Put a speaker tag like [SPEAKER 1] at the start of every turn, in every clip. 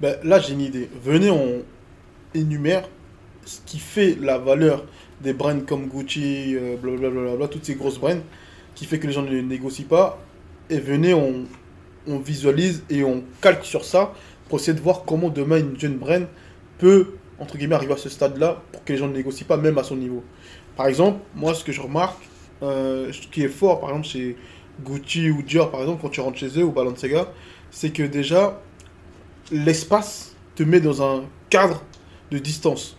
[SPEAKER 1] Ben, là, j'ai une idée. Venez, on énumère ce qui fait la valeur des brands comme Gucci, euh, blablabla, toutes ces grosses brands, qui fait que les gens ne les négocient pas. Et venez, on, on visualise et on calque sur ça pour essayer de voir comment demain une jeune brand peut, entre guillemets, arriver à ce stade-là pour que les gens ne négocient pas, même à son niveau. Par exemple, moi, ce que je remarque, euh, ce qui est fort, par exemple, chez Gucci ou Dior, par exemple, quand tu rentres chez eux ou Balenciaga, c'est que déjà, l'espace te met dans un cadre de distance.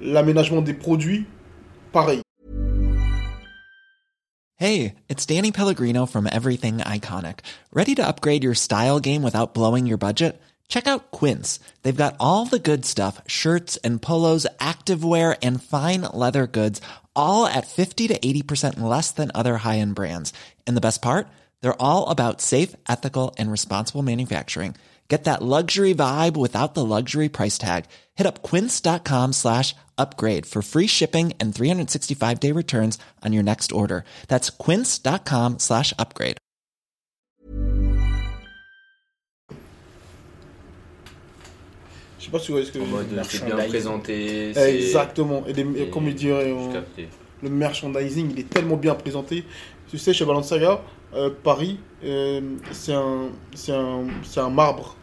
[SPEAKER 1] L'aménagement des produits, pareil.
[SPEAKER 2] Hey, it's Danny Pellegrino from Everything Iconic. Ready to upgrade your style game without blowing your budget? Check out Quince. They've got all the good stuff shirts and polos, activewear, and fine leather goods, all at 50 to 80% less than other high end brands. And the best part? They're all about safe, ethical, and responsible manufacturing. Get that luxury vibe without the luxury price tag. Hit up quince.com slash upgrade for free shipping and 365 day returns on your next order. That's quince.com slash upgrade.
[SPEAKER 1] Je sais pas si vous voyez ce que
[SPEAKER 3] En
[SPEAKER 1] je veux
[SPEAKER 3] mode
[SPEAKER 1] dire.
[SPEAKER 3] c'est bien
[SPEAKER 4] merchandise.
[SPEAKER 3] présenté. c'est-
[SPEAKER 1] Exactement. Et, des- et
[SPEAKER 3] et-
[SPEAKER 1] comme il dirait,
[SPEAKER 3] Je
[SPEAKER 1] on-
[SPEAKER 3] capte.
[SPEAKER 1] le merchandising, il est tellement bien présenté. Tu sais, chez Balenciaga, euh, Paris, euh, c'est un, c'est un, c'est un marbre.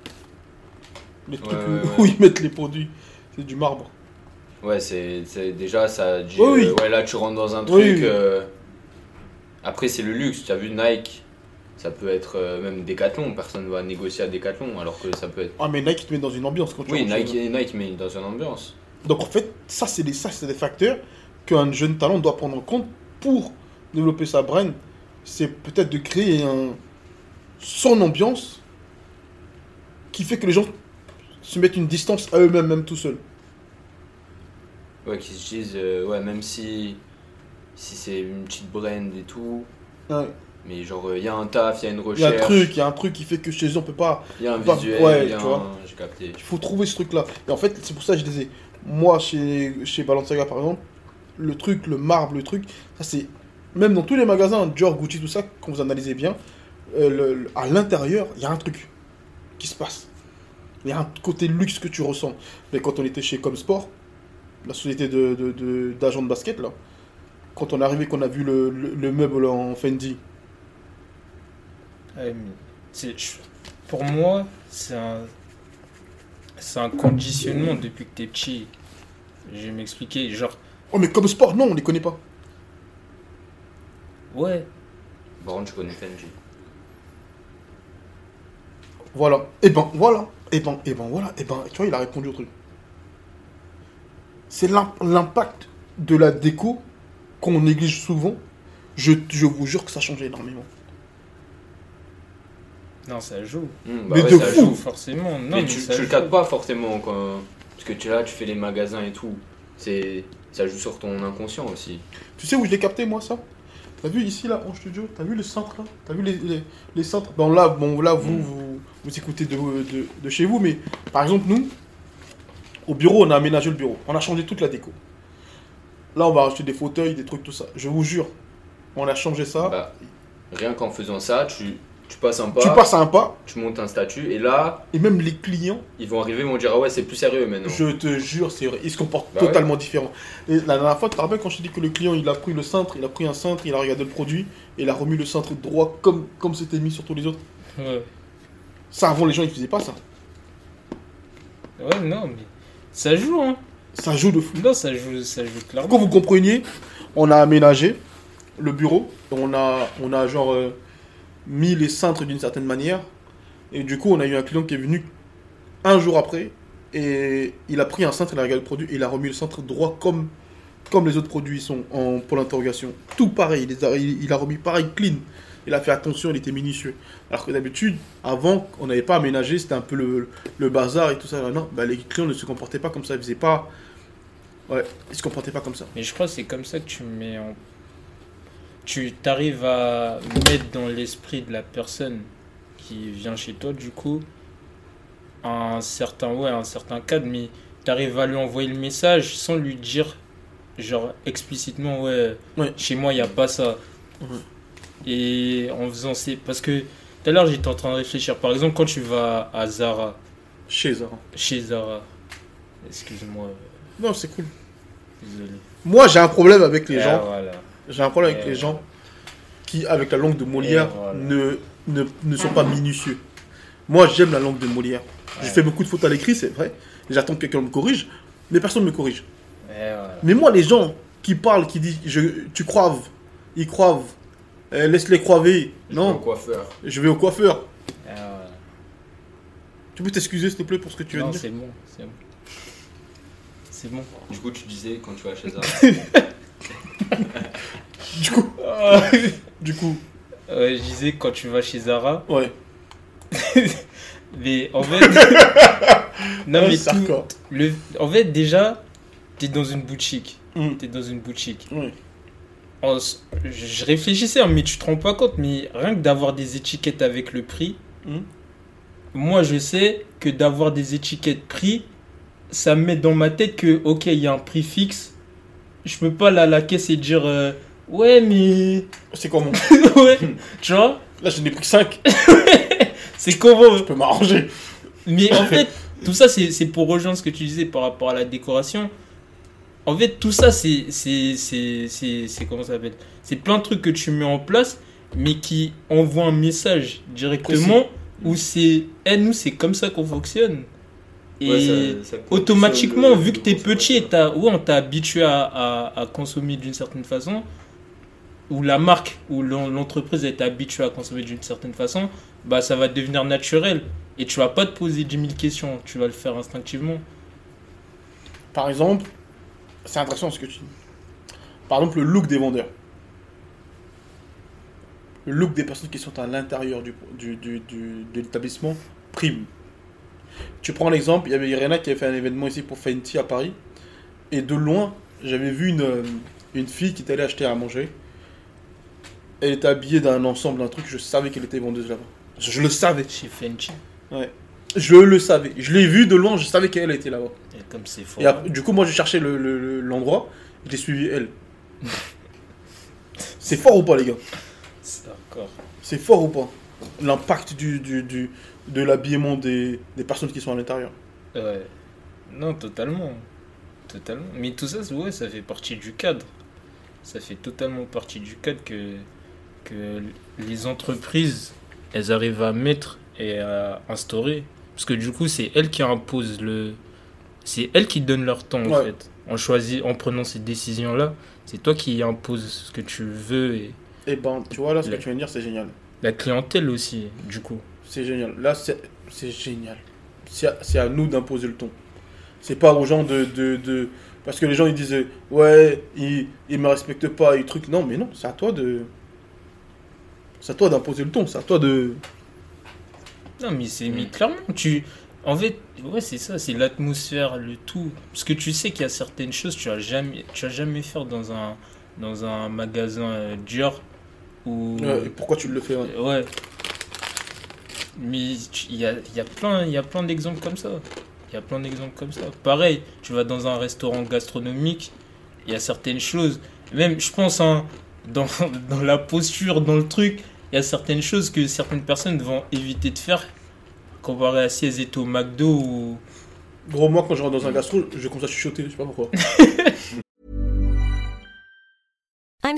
[SPEAKER 1] Les trucs
[SPEAKER 3] Ouais,
[SPEAKER 1] où,
[SPEAKER 3] ouais, ouais.
[SPEAKER 1] où ils mettent les produits, c'est du marbre.
[SPEAKER 3] Ouais, c'est c'est- déjà ça. a dû-
[SPEAKER 1] Oui, oui.
[SPEAKER 3] Ouais, là tu rentres dans un
[SPEAKER 1] Oui,
[SPEAKER 3] truc.
[SPEAKER 1] oui.
[SPEAKER 3] euh, Après, c'est le luxe. Tu as vu Nike, ça peut être euh, même Decathlon. Personne va négocier à Décathlon alors que ça peut être.
[SPEAKER 1] Ah, mais Nike te met dans une ambiance quand tu
[SPEAKER 3] Oui,
[SPEAKER 1] rentres chez
[SPEAKER 3] Nike,
[SPEAKER 1] eux.
[SPEAKER 3] Nike, mais dans une ambiance.
[SPEAKER 1] Donc en fait, ça c'est des, ça, c'est des facteurs qu'un jeune talent doit prendre en compte pour développer sa brand. C'est peut-être de créer un, son ambiance qui fait que les gens se mettent une distance à eux-mêmes, même tout seuls.
[SPEAKER 3] Ouais, qui se disent, euh, ouais, même si, si c'est une petite brand et tout,
[SPEAKER 1] Hein,
[SPEAKER 3] mais genre, euh, il y a un taf, il y a une
[SPEAKER 1] Il y a un
[SPEAKER 3] recherche,
[SPEAKER 1] truc, il y a un truc qui fait que chez eux on peut pas.
[SPEAKER 3] il y a un
[SPEAKER 1] bah,
[SPEAKER 3] visuel,
[SPEAKER 1] ouais,
[SPEAKER 3] il y a
[SPEAKER 1] tu
[SPEAKER 3] un-
[SPEAKER 1] vois.
[SPEAKER 3] J'ai capté.
[SPEAKER 1] Il faut trouver ce truc-là. Et en fait, c'est pour ça que je disais, moi chez, chez Balenciaga par exemple, le truc, le marbre, le truc, ça c'est. Même dans tous les magasins, Dior, Gucci, tout ça, quand vous analysez bien, euh, le- le- à l'intérieur, il y a un truc qui se passe. Il y a un côté luxe que tu ressens. Mais quand on était chez Comsport, la société d'agents de, de, d'agents de basket, là, quand on est arrivé, qu'on a vu le, le- le meuble en Fendi,
[SPEAKER 4] Euh, c'est- je- pour moi, c'est un, c'est un conditionnement depuis que t'es petit. Je vais m'expliquer. Genre,
[SPEAKER 1] oh mais Comsport, non, on les connaît pas.
[SPEAKER 4] ouais,
[SPEAKER 3] Par contre, je connais Fenji.
[SPEAKER 1] Voilà. Et ben voilà. Et ben et ben voilà. Et ben tu vois, il a répondu au truc. C'est l'im- l'impact de la déco qu'on néglige souvent. Je, je vous jure que ça change énormément.
[SPEAKER 4] non, ça joue.
[SPEAKER 3] Hmm,
[SPEAKER 1] Mais de
[SPEAKER 3] ça
[SPEAKER 1] fou.
[SPEAKER 3] joue.
[SPEAKER 4] Forcément, non,
[SPEAKER 3] mais,
[SPEAKER 4] mais
[SPEAKER 3] tu,
[SPEAKER 4] ça
[SPEAKER 3] tu le
[SPEAKER 4] joue.
[SPEAKER 3] captes pas forcément quand. Parce que tu là, tu fais les magasins et tout. C'est Ça joue sur ton inconscient aussi.
[SPEAKER 1] Tu sais où je l'ai capté moi ça T'as vu ici là en studio T'as vu le centre là T'as vu les, les, les centres Bon là, bon, là vous,
[SPEAKER 3] Mm.
[SPEAKER 1] vous, vous écoutez de, de, de chez vous, mais par exemple nous, au bureau, on a aménagé le bureau. On a changé toute la déco. Là on va acheter des fauteuils, des trucs, tout ça. Je vous jure. On a changé
[SPEAKER 4] Ah.
[SPEAKER 1] ça.
[SPEAKER 3] Bah, rien qu'en faisant ça, tu, tu passes un pas,
[SPEAKER 1] tu
[SPEAKER 3] tu,
[SPEAKER 1] passes à un pas,
[SPEAKER 3] montes un statut, et là,
[SPEAKER 1] et même les clients
[SPEAKER 3] ils vont arriver, ils vont dire, ah ouais, c'est plus sérieux maintenant.
[SPEAKER 1] Je te jure, c'est vrai. Il se comporte
[SPEAKER 3] Bah
[SPEAKER 1] totalement différent. Et la dernière fois, tu te rappelles quand je t'ai dit que le client, il a pris le cintre, il a pris un cintre, il a regardé le produit, et il a remis le cintre droit comme comme c'était mis sur tous les autres.
[SPEAKER 4] Ouais.
[SPEAKER 1] Ça, avant, les gens, ils faisaient pas ça.
[SPEAKER 4] Ouais, non, mais ça joue, hein.
[SPEAKER 1] Ça joue de fou.
[SPEAKER 4] Non, ça joue, ça joue
[SPEAKER 1] Pour que
[SPEAKER 4] clairement.
[SPEAKER 1] vous compreniez, on a aménagé le bureau, et on a, on a genre euh, mis les cintres d'une certaine manière, et du coup, on a eu un client qui est venu un jour après, et il a pris un cintre, il a regardé le produit, et il a remis le cintre droit comme, comme les autres produits sont en, pour l'interrogation. Tout pareil, il, les a, il, il a remis pareil, clean. Il a fait attention, il était minutieux. Alors que d'habitude, avant, on n'avait pas aménagé, c'était un peu le, le bazar et tout ça. Non, bah, les clients ne se comportaient pas comme ça, ils faisaient pas. Ouais, ils se comportaient pas comme ça.
[SPEAKER 4] Mais je crois que c'est comme ça que tu mets en. Tu t'arrives à mettre dans l'esprit de la personne qui vient chez toi, du coup, un certain, ouais, un certain cadre, mais t'arrives à lui envoyer le message sans lui dire, genre, explicitement, ouais,
[SPEAKER 1] Ouais.
[SPEAKER 4] chez moi, il n'y a pas ça.
[SPEAKER 1] Ouais.
[SPEAKER 4] Et en faisant ces. Parce que tout à l'heure, j'étais en train de réfléchir. Par exemple, quand tu vas à Zara,
[SPEAKER 1] Chez Zara.
[SPEAKER 4] Chez Zara. Excuse-moi, euh,
[SPEAKER 1] Non, c'est cool.
[SPEAKER 4] désolé.
[SPEAKER 1] Moi, j'ai un problème avec les
[SPEAKER 4] Ah,
[SPEAKER 1] gens.
[SPEAKER 4] voilà.
[SPEAKER 1] J'ai un problème avec
[SPEAKER 4] Et
[SPEAKER 1] les gens qui, avec la langue de Molière,
[SPEAKER 4] Et voilà.
[SPEAKER 1] ne, ne, ne sont pas minutieux. Moi, j'aime la langue de Molière. Je
[SPEAKER 4] Ouais.
[SPEAKER 1] fais beaucoup de fautes à l'écrit, c'est vrai. J'attends que quelqu'un me corrige, mais personne ne me corrige.
[SPEAKER 4] Et Eh, voilà.
[SPEAKER 1] Mais moi, les gens qui parlent, qui disent je, tu croives, ils croivent, euh, laisse-les croiver.
[SPEAKER 3] Le
[SPEAKER 1] Non,
[SPEAKER 3] coiffeur.
[SPEAKER 1] je vais au coiffeur.
[SPEAKER 4] Et Eh, voilà.
[SPEAKER 1] Tu peux t'excuser, s'il te plaît, pour ce que tu viens
[SPEAKER 4] Non,
[SPEAKER 1] de dire
[SPEAKER 4] c'est bon, c'est bon. C'est bon.
[SPEAKER 3] Du coup, tu disais quand tu vas chez Zara.
[SPEAKER 1] Du coup,
[SPEAKER 4] Ah
[SPEAKER 1] du coup,
[SPEAKER 4] Euh, je disais quand tu vas chez Zara,
[SPEAKER 1] ouais.
[SPEAKER 4] mais en fait. non,
[SPEAKER 1] Ah,
[SPEAKER 4] mais
[SPEAKER 1] c'est
[SPEAKER 4] tout-
[SPEAKER 1] hardcore.
[SPEAKER 4] le... En fait, déjà, t'es dans une boutique.
[SPEAKER 1] Hum,
[SPEAKER 4] T'es dans une boutique.
[SPEAKER 1] ouais.
[SPEAKER 4] En s- Je réfléchissais, hein, mais tu te rends pas compte, mais rien que d'avoir des étiquettes avec le prix,
[SPEAKER 1] Mhm.
[SPEAKER 4] moi je sais que d'avoir des étiquettes prix, ça me met dans ma tête que, ok, il y a un prix fixe, je peux pas la à la caisse et dire, euh, ouais, mais.
[SPEAKER 1] C'est comment
[SPEAKER 4] ouais, tu vois,
[SPEAKER 1] Là, j'en ai pris 5,
[SPEAKER 4] c'est euh, comment
[SPEAKER 1] je peux m'arranger.
[SPEAKER 4] Mais en fait, tout ça, c'est c'est pour rejoindre ce que tu disais par rapport à la décoration. En fait, tout ça, c'est. c'est- c'est- c'est- c'est- Comment ça s'appelle C'est plein de trucs que tu mets en place, mais qui envoient un message directement où c'est. Eh, nous, c'est comme ça qu'on fonctionne. Et
[SPEAKER 3] Ouais, ça- ça coupe
[SPEAKER 4] automatiquement,
[SPEAKER 3] tout seul,
[SPEAKER 4] vu
[SPEAKER 3] le-
[SPEAKER 4] que t'es
[SPEAKER 3] le concept.
[SPEAKER 4] petit et t'as- ouais, on t'a habitué à, à- à consommer d'une certaine façon, ou la marque ou l'en- l'entreprise est habituée à consommer d'une certaine façon, bah ça va devenir naturel. Et tu vas pas te poser 10 000 questions, tu vas le faire instinctivement.
[SPEAKER 1] Par exemple, c'est intéressant ce que tu dis. Par exemple, le look des vendeurs. Le look des personnes qui sont à l'intérieur du, du, du- du- de l'établissement prime. Tu prends l'exemple, il y avait Irena qui avait fait un événement ici pour Fenty à Paris. Et de loin, j'avais vu une, euh, une fille qui était allée acheter à manger. Elle était habillée d'un ensemble, d'un truc, je savais qu'elle était vendeuse là-bas. Je le savais.
[SPEAKER 4] Chez Fenty,
[SPEAKER 1] Je le savais. Je l'ai vue de loin, je savais qu'elle était là-bas.
[SPEAKER 4] et comme c'est fort. hein,
[SPEAKER 1] Et après- du coup, moi, j'ai cherché l'endroit, le, le- l'endroit, je l'ai suivi elle. C'est fort ou pas, les gars
[SPEAKER 4] C'est encore.
[SPEAKER 1] C'est fort ou pas L'impact du, du, du- de l'habillement des, des personnes qui sont à l'intérieur.
[SPEAKER 4] Ouais. Non, totalement. Totalement. Mais tout ça, c'est- ouais, ça fait partie du cadre. Ça fait totalement partie du cadre que, que les entreprises, elles arrivent à mettre et à instaurer. Parce que du coup, c'est elles qui imposent le... C'est elles qui donnent leur temps, en
[SPEAKER 1] Ouais.
[SPEAKER 4] fait. En, choisi, en prenant ces décisions-là, c'est toi qui imposes ce que tu veux. et
[SPEAKER 1] Et ben, tu vois, là, ce que
[SPEAKER 4] Le-
[SPEAKER 1] tu viens de dire, c'est génial.
[SPEAKER 4] La clientèle aussi, du coup.
[SPEAKER 1] C'est génial. Là, c'est c'est génial. C'est à, c'est à nous d'imposer le ton. C'est pas aux gens de, de, de- Parce que les gens, ils disent euh, Ouais, ils, ils me respectent pas, ils truc. Non, mais non, c'est à toi de. C'est à toi d'imposer le ton. C'est à toi de.
[SPEAKER 4] Non, mais c'est mais
[SPEAKER 3] Mm.
[SPEAKER 4] clairement, tu. En fait, ouais, c'est ça, c'est l'atmosphère, le tout. Parce que tu sais qu'il y a certaines choses tu vas jamais, tu vas jamais faire dans un, dans un magasin euh, Dior ou.
[SPEAKER 1] Ouais, et euh, pourquoi tu le fais ouais.
[SPEAKER 4] Euh, Ouais. Mais tu- il y a, il y a plein, il y a plein d'exemples comme ça. Il y a plein d'exemples comme ça. Pareil, tu vas dans un restaurant gastronomique, il y a certaines choses. Même, je pense, hein, dans, dans la posture, dans le truc, il y a certaines choses que certaines personnes vont éviter de faire comparé à si elles étaient au McDo ou.
[SPEAKER 1] Gros, moi, quand je rentre dans un gastro, je commence à chuchoter, je sais pas pourquoi.
[SPEAKER 5] I'm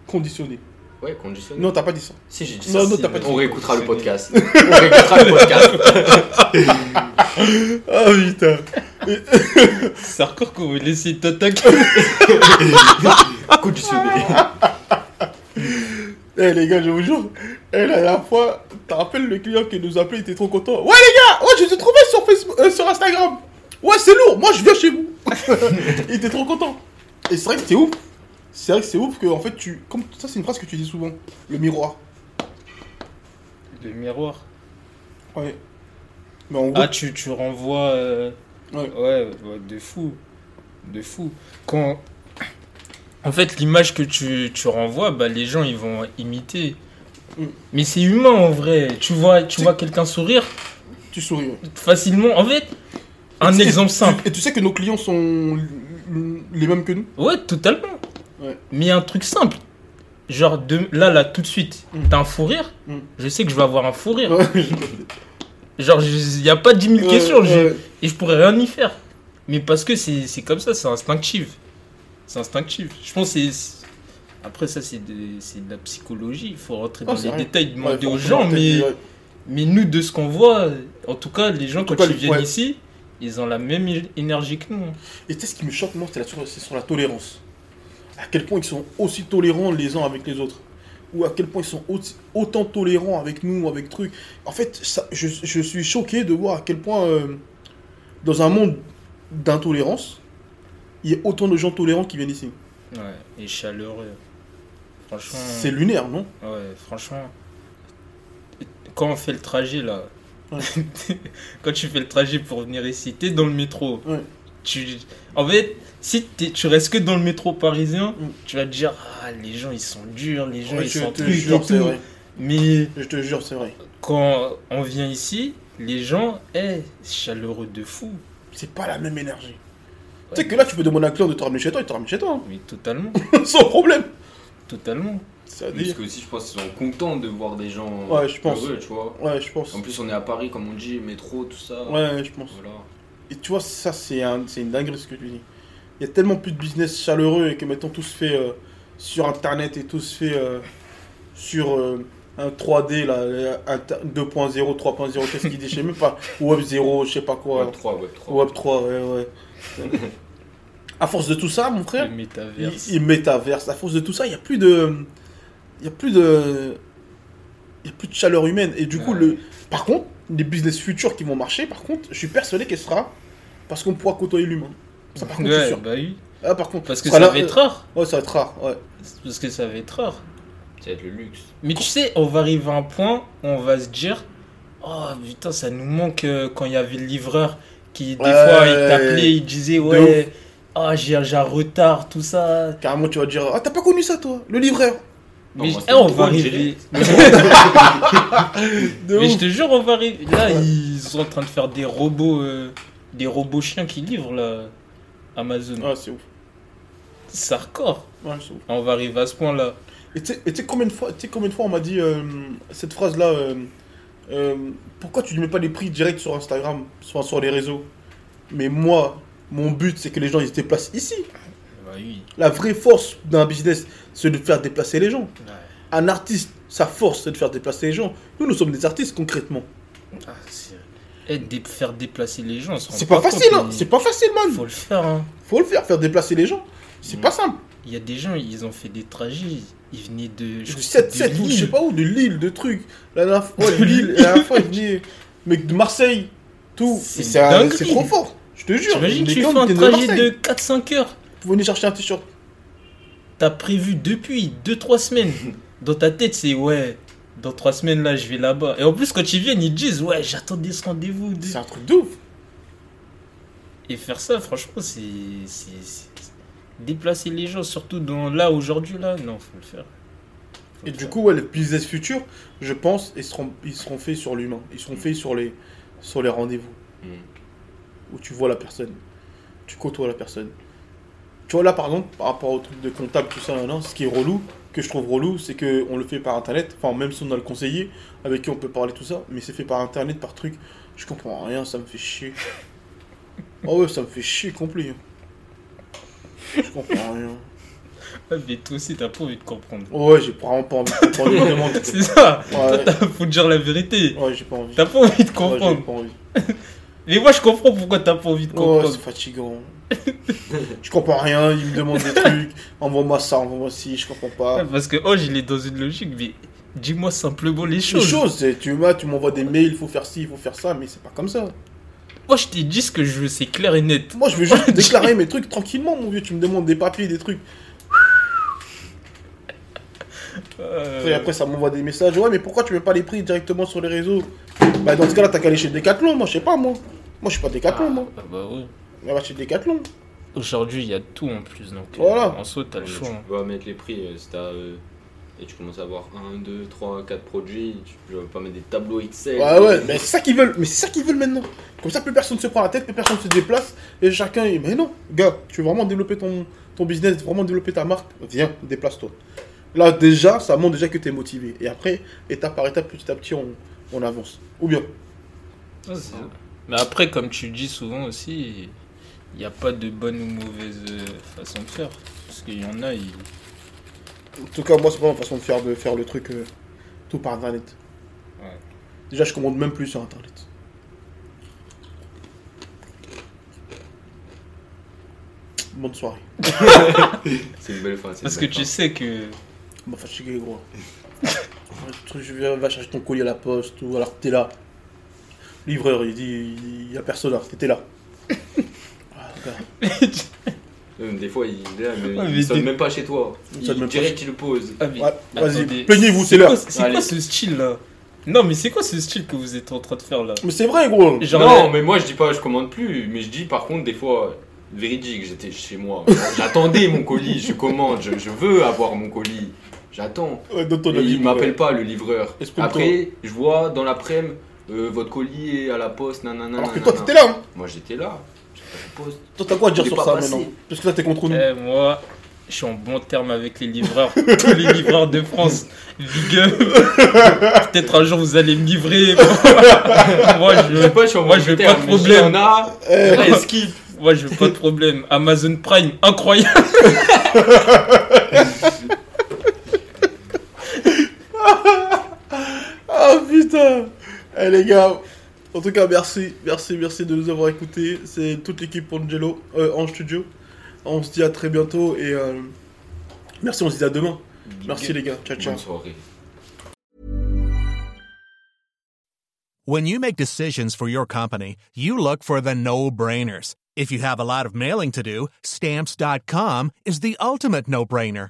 [SPEAKER 1] Conditionnés.
[SPEAKER 3] Ouais, conditionnés.
[SPEAKER 1] Non, t'as pas dit ça.
[SPEAKER 3] si j'ai dit
[SPEAKER 1] non,
[SPEAKER 3] ça.
[SPEAKER 1] non,
[SPEAKER 3] si,
[SPEAKER 1] t'as pas
[SPEAKER 3] mais
[SPEAKER 1] dit
[SPEAKER 3] on
[SPEAKER 4] ça.
[SPEAKER 3] réécoutera le podcast. on réécoutera le podcast.
[SPEAKER 1] Ah putain.
[SPEAKER 4] C'est encore qu'on vous laissez t'attaquer.
[SPEAKER 3] Conditionnés.
[SPEAKER 1] Eh les gars, je vous jure. Eh la dernière fois, t'as rappelles le client qui nous appelait, il était trop content. Ouais les gars, ouais, je vous ai trouvé sur, Facebook, euh, sur Instagram. Ouais, c'est lourd, moi je viens chez vous. il était trop content. Et c'est vrai que c'est ouf. C'est vrai que c'est ouf que, en fait, tu. Comme... Ça, c'est une phrase que tu dis souvent. Le miroir.
[SPEAKER 4] Le miroir.
[SPEAKER 1] Ouais. Mais en gros,
[SPEAKER 4] Ah, tu, tu renvoies. euh,
[SPEAKER 1] Ouais.
[SPEAKER 4] Ouais. ouais, de fou. De fou. Quand. En fait, l'image que tu, tu renvoies, bah, les gens ils vont imiter.
[SPEAKER 1] Mm.
[SPEAKER 4] Mais c'est humain en vrai. Tu vois, tu
[SPEAKER 1] C'est-
[SPEAKER 4] vois quelqu'un sourire
[SPEAKER 1] tu souris. ouais.
[SPEAKER 4] facilement. En fait, un
[SPEAKER 1] Et-
[SPEAKER 4] exemple simple.
[SPEAKER 1] Et tu sais que nos clients sont l- l- les mêmes que nous
[SPEAKER 4] Ouais, totalement.
[SPEAKER 1] Ouais.
[SPEAKER 4] Mais un truc simple. Genre, de, là, là, tout de suite,
[SPEAKER 1] Mm.
[SPEAKER 4] t'as un fou rire.
[SPEAKER 1] Mm.
[SPEAKER 4] Je sais que je vais avoir un fou rire.
[SPEAKER 1] Une
[SPEAKER 4] Genre, il n'y a pas 10 000 questions. j'ai- Et je pourrais rien y faire. Mais parce que c'est c'est comme ça, c'est instinctif. C'est instinctif. Je pense que c'est- c'est. Après, ça, c'est de, c'est de la psychologie. Il faut rentrer
[SPEAKER 1] Ah,
[SPEAKER 4] dans les détails, demander aux gens. Mais, mais nous, de ce qu'on voit, en tout cas, les gens,
[SPEAKER 1] tout
[SPEAKER 4] quand
[SPEAKER 1] cas,
[SPEAKER 4] ils
[SPEAKER 1] les-
[SPEAKER 4] viennent
[SPEAKER 1] ouais.
[SPEAKER 4] ici, ils ont la même é- énergie que nous. hein.
[SPEAKER 1] Et tu sais ce qui me choque, moi, c'est la- sur- c'est sur la tolérance. À quel point ils sont aussi tolérants les uns avec les autres. Ou à quel point ils sont aussi- autant tolérants avec nous, avec trucs. En fait, ça- je, je suis choqué de voir à quel point, euh, dans un monde d'intolérance, il y a autant de gens tolérants qui viennent ici.
[SPEAKER 4] Ouais, et chaleureux. Franchement.
[SPEAKER 1] C'est lunaire, non
[SPEAKER 4] Ouais, franchement. Quand on fait le trajet là,
[SPEAKER 1] Ouais.
[SPEAKER 4] quand tu fais le trajet pour venir ici, t'es dans le métro.
[SPEAKER 1] Ouais.
[SPEAKER 4] Tu, en fait, si t'es- tu restes que dans le métro parisien,
[SPEAKER 1] Mm.
[SPEAKER 4] tu vas te dire ah les gens ils sont durs, les gens
[SPEAKER 1] Ouais,
[SPEAKER 4] ils
[SPEAKER 1] je
[SPEAKER 4] sont
[SPEAKER 1] te
[SPEAKER 4] trucs
[SPEAKER 1] jure,
[SPEAKER 4] et
[SPEAKER 1] c'est
[SPEAKER 4] tout.
[SPEAKER 1] vrai.
[SPEAKER 4] Mais
[SPEAKER 1] Je te jure, c'est vrai.
[SPEAKER 4] quand on vient ici, les gens, eh, chaleureux de fou.
[SPEAKER 1] C'est pas la même énergie. Tu sais que là, tu peux demander à un client de te ramener chez toi, il te ramène chez toi.
[SPEAKER 4] Mais totalement,
[SPEAKER 1] hein. Sans problème.
[SPEAKER 4] totalement.
[SPEAKER 1] Ça veut
[SPEAKER 3] Parce
[SPEAKER 1] dire-
[SPEAKER 3] que aussi, je pense qu'ils sont contents de voir des gens
[SPEAKER 1] Ouais, je pense.
[SPEAKER 3] heureux, tu vois.
[SPEAKER 1] Ouais, je pense.
[SPEAKER 3] En plus, on est à Paris, comme on dit, métro, tout ça.
[SPEAKER 1] Ouais, je pense.
[SPEAKER 3] Voilà.
[SPEAKER 1] Et tu vois, ça, c'est un- c'est une dinguerie ce que tu dis. Il y a tellement plus de business chaleureux et que maintenant tout se fait euh, sur internet et tout se fait euh, sur euh, un 3D, là, euh, inter- 2.0, 3.0, qu'est-ce qu'il dit Je sais même pas. Web 0, je sais pas quoi.
[SPEAKER 3] Web 3, Web 3.
[SPEAKER 1] Web 3, ouais, ouais. à force de tout ça, mon frère,
[SPEAKER 4] Le
[SPEAKER 1] il,
[SPEAKER 4] métaverse.
[SPEAKER 1] il métaverse. À force de tout ça, il n'y a plus de. Il y a plus de. Il y a plus de chaleur humaine. Et du coup,
[SPEAKER 4] Ouais.
[SPEAKER 1] le. Par contre, les business futurs qui vont marcher, par contre, je suis persuadé qu'elle sera. Parce qu'on pourra côtoyer l'humain. Ça, par contre, c'est
[SPEAKER 4] Ouais,
[SPEAKER 1] sûr.
[SPEAKER 4] bah oui.
[SPEAKER 1] Ah, par contre.
[SPEAKER 4] Parce que
[SPEAKER 1] sera
[SPEAKER 4] ça
[SPEAKER 1] là- euh,
[SPEAKER 4] va être rare.
[SPEAKER 1] Ouais, ça va être rare. Ouais.
[SPEAKER 4] Parce que ça va être rare.
[SPEAKER 3] Ça va être le luxe.
[SPEAKER 4] Mais tu sais, on va arriver à un point où on va se dire Oh putain, ça nous manque euh, quand il y avait le livreur qui, des
[SPEAKER 1] Ouais.
[SPEAKER 4] fois, il t'appelait, il disait Ouais, oh, j'ai j'ai un retard, tout ça.
[SPEAKER 1] Carrément, tu vas dire Ah, t'as pas connu ça, toi Le livreur
[SPEAKER 3] Non,
[SPEAKER 4] mais
[SPEAKER 3] moi,
[SPEAKER 4] eh,
[SPEAKER 3] c'est
[SPEAKER 4] on
[SPEAKER 3] trop
[SPEAKER 4] va arriver.
[SPEAKER 3] direct.
[SPEAKER 1] De
[SPEAKER 4] mais je
[SPEAKER 1] ouf.
[SPEAKER 4] te jure, on va arriver. Là, ils sont en train de faire des robots, euh, des robots chiens qui livrent, là, Amazon.
[SPEAKER 1] Ouais, Ah, c'est ouf.
[SPEAKER 4] Ça record.
[SPEAKER 1] Ouais, c'est ouf.
[SPEAKER 4] On va arriver à ce point-là.
[SPEAKER 1] Et tu sais- et tu sais combien de fois, tu sais combien de fois on m'a dit euh, cette phrase-là euh, euh, Pourquoi tu ne mets pas les prix directs sur Instagram, soit sur les réseaux Mais moi, mon but, c'est que les gens ils se déplacent ici.
[SPEAKER 4] Bah oui.
[SPEAKER 1] La vraie force d'un business, c'est de faire déplacer les gens.
[SPEAKER 4] Ouais.
[SPEAKER 1] Un artiste, sa force, c'est de faire déplacer les gens. Nous, nous sommes des artistes concrètement.
[SPEAKER 4] Ah, c'est- eh, dé- faire déplacer les gens, on se rend
[SPEAKER 1] C'est pas
[SPEAKER 4] compte,
[SPEAKER 1] facile, hein
[SPEAKER 4] mais
[SPEAKER 1] C'est pas facile, man
[SPEAKER 4] Faut le faire, hein.
[SPEAKER 1] Faut le faire, faire déplacer les gens. C'est pas simple.
[SPEAKER 4] Il y a des gens, ils ont fait des trajets. Ils venaient de. je
[SPEAKER 1] Du
[SPEAKER 4] crois
[SPEAKER 1] 7,
[SPEAKER 4] que
[SPEAKER 1] 7
[SPEAKER 4] de
[SPEAKER 1] ou je sais
[SPEAKER 4] Lille.
[SPEAKER 1] pas où, de Lille, de trucs. La dernière fois, de Lille, la dernière fois, il venait, mec, de Marseille, tout.
[SPEAKER 4] C'est
[SPEAKER 1] Et C'est un-
[SPEAKER 4] dinguerie.
[SPEAKER 1] c'est trop fort, je te jure.
[SPEAKER 4] T'imagines,
[SPEAKER 1] Les
[SPEAKER 4] tu fais
[SPEAKER 1] gars,
[SPEAKER 4] un
[SPEAKER 1] t'es de
[SPEAKER 4] trajet
[SPEAKER 1] Marseille.
[SPEAKER 4] de 4-5 heures.
[SPEAKER 1] Vous venez chercher un t-shirt.
[SPEAKER 4] T'as prévu depuis 2-3 semaines. Dans ta tête, c'est ouais, Dans trois semaines, là, je vais là-bas. Et en plus, quand ils viennent, ils disent, ouais, j'attendais ce rendez-vous. de-
[SPEAKER 1] C'est un truc de ouf.
[SPEAKER 4] Et faire ça, franchement, c'est. c'est- c'est- Déplacer les gens, surtout dans là, aujourd'hui, là, non, faut le faire. Faut
[SPEAKER 1] Et
[SPEAKER 4] le
[SPEAKER 1] du
[SPEAKER 4] faire.
[SPEAKER 1] coup, ouais, les business futurs, je pense, ils seront, ils seront faits sur l'humain. Ils seront faits sur les, sur les rendez-vous.
[SPEAKER 3] Mm.
[SPEAKER 1] Où tu vois la personne. Tu côtoies la personne. Tu vois, là, par exemple, par rapport au truc de comptable, tout ça, là, là, ce qui est relou, que je trouve relou, c'est qu'on le fait par Internet. Enfin, même si on a le conseiller, avec qui on peut parler, tout ça, mais c'est fait par Internet, par truc. Je comprends rien, ça me fait chier. Oh ouais, ça me fait chier complet. hein. Je comprends rien.
[SPEAKER 4] Ah, mais toi aussi, t'as pas envie de comprendre.
[SPEAKER 1] Ouais, j'ai vraiment pas envie de comprendre les demandes.
[SPEAKER 4] c'est ça,
[SPEAKER 1] Ouais.
[SPEAKER 4] faut dire la vérité.
[SPEAKER 1] Ouais, j'ai pas envie.
[SPEAKER 4] T'as pas envie de
[SPEAKER 1] Ouais,
[SPEAKER 4] comprendre.
[SPEAKER 1] j'ai pas envie.
[SPEAKER 4] Mais moi, je comprends pourquoi t'as pas envie de
[SPEAKER 1] Oh,
[SPEAKER 4] comprendre.
[SPEAKER 1] c'est fatigant. je comprends rien, il me demande des trucs. Envoie-moi ça, envoie-moi ci, je comprends pas.
[SPEAKER 4] Ouais, Parce que oh, il est dans une logique, mais dis-moi simplement les
[SPEAKER 1] Les
[SPEAKER 4] choses.
[SPEAKER 1] choses, c'est- tu m'as, tu m'envoies des mails, il faut faire ci, il faut faire ça, mais c'est pas comme ça.
[SPEAKER 4] Moi, je t'ai dit ce que je veux, c'est clair et net.
[SPEAKER 1] Moi, je veux juste déclarer mes trucs tranquillement, mon vieux. Tu me demandes des papiers, des trucs.
[SPEAKER 4] Euh,
[SPEAKER 1] Après, après, ça m'envoie des messages. Ouais, mais pourquoi tu mets pas les prix directement sur les réseaux Bah, dans ce cas-là, t'as qu'à aller chez Decathlon, moi, je sais pas, moi. Moi, je suis pas Decathlon, moi.
[SPEAKER 4] ah bah ouais.
[SPEAKER 1] Mais va chez Decathlon.
[SPEAKER 4] Aujourd'hui, il y a tout en plus, donc euh,
[SPEAKER 1] Voilà.
[SPEAKER 4] en soi, t'as le
[SPEAKER 3] Tu
[SPEAKER 4] choix. hein.
[SPEAKER 3] vas mettre les prix, euh, si t'as, euh, et tu commences à avoir 1, 2, 3, 4 produits, tu tu vas pas mettre des tableaux Excel.
[SPEAKER 1] Ouais, ouais, mais c'est ça qu'ils veulent, mais c'est ça qu'ils veulent maintenant. Comme ça, plus personne se prend la tête, plus personne se déplace, et chacun est. Mais non, gars, tu veux vraiment développer ton, ton business, vraiment développer ta marque, viens, déplace-toi. Là, déjà, ça montre déjà que tu es motivé. Et après, étape par étape, petit à petit, on, on avance. Ou bien,
[SPEAKER 4] Ouais, c'est ça. Mais après, comme tu le dis souvent aussi, il n'y a pas de bonne ou mauvaise euh, façon de faire. Parce qu'il y en a, ils...
[SPEAKER 1] en tout cas, moi, c'est pas ma façon de faire, de faire le truc euh, tout par internet.
[SPEAKER 4] Ouais.
[SPEAKER 1] Déjà, je commande même plus sur internet. Bonne soirée.
[SPEAKER 3] C'est une belle fin.
[SPEAKER 4] Parce que tu sais que...
[SPEAKER 1] On m'a fatigué, Bah, gros. Le truc, je viens, va chercher ton colis à la poste, ou alors t'es là. Livreur, il dit, il y a personne là, t'étais là. Ah, gars,
[SPEAKER 3] Même Euh, des fois, il, est là, mais
[SPEAKER 4] Ouais,
[SPEAKER 3] il
[SPEAKER 4] mais
[SPEAKER 3] sonne
[SPEAKER 4] t'es-
[SPEAKER 3] même pas chez toi.
[SPEAKER 1] Il sonne même pas
[SPEAKER 3] direct, il le pose.
[SPEAKER 4] Ah, mais
[SPEAKER 1] Ouais, vas-y,
[SPEAKER 4] attendez,
[SPEAKER 1] plaignez-vous, c'est l'heure.
[SPEAKER 4] quoi- C'est
[SPEAKER 3] Allez.
[SPEAKER 4] quoi ce style-là Non, mais c'est quoi ce style que vous êtes en train de faire, là
[SPEAKER 1] Mais c'est vrai, gros.
[SPEAKER 4] Genre,
[SPEAKER 3] non,
[SPEAKER 4] là-
[SPEAKER 3] mais moi, je dis pas je commande plus, mais je dis par contre, des fois, véridique, j'étais chez moi. J'attendais mon colis, je commande, je, je veux avoir mon colis. J'attends.
[SPEAKER 1] Ouais, dans ton
[SPEAKER 3] Et
[SPEAKER 1] avis,
[SPEAKER 3] il m'appelle
[SPEAKER 1] ouais.
[SPEAKER 3] pas, le livreur.
[SPEAKER 1] Explique-toi.
[SPEAKER 3] Après, je vois dans l'après-midi, euh, votre colis est à la poste, nanana.
[SPEAKER 1] Alors que toi,
[SPEAKER 3] nanana.
[SPEAKER 1] t'étais là. hein.
[SPEAKER 3] Moi, j'étais là. J'étais à la poste.
[SPEAKER 1] Toi, t'as quoi à dire
[SPEAKER 3] Il est
[SPEAKER 1] sur
[SPEAKER 3] pas
[SPEAKER 1] ça
[SPEAKER 3] passé. Euh.
[SPEAKER 1] maintenant Parce que là, t'es contre nous.
[SPEAKER 4] Eh, moi, je suis en bon terme avec les livreurs, tous les livreurs de France. Big up. Peut-être un jour vous allez me livrer. moi, je
[SPEAKER 3] Je sais pas, je suis en
[SPEAKER 4] moi, je veux
[SPEAKER 3] Angleterre,
[SPEAKER 4] pas de
[SPEAKER 3] mais s'il
[SPEAKER 4] problème.
[SPEAKER 3] y en a, ouais, skip.
[SPEAKER 4] Moi, je veux pas de problème. Amazon Prime, incroyable.
[SPEAKER 1] Ah putain Eh les gars, en tout cas merci, merci, merci de nous avoir écoutés. C'est toute l'équipe Angelo, euh, Ange Studio. On se dit à très bientôt et euh, merci, on se dit à demain. Merci les gars, ciao ciao.
[SPEAKER 3] Bonne soirée.
[SPEAKER 6] When you make decisions for your company, you look for the no brainers. If you have a lot of mailing to do, stamps.com is the ultimate no brainer.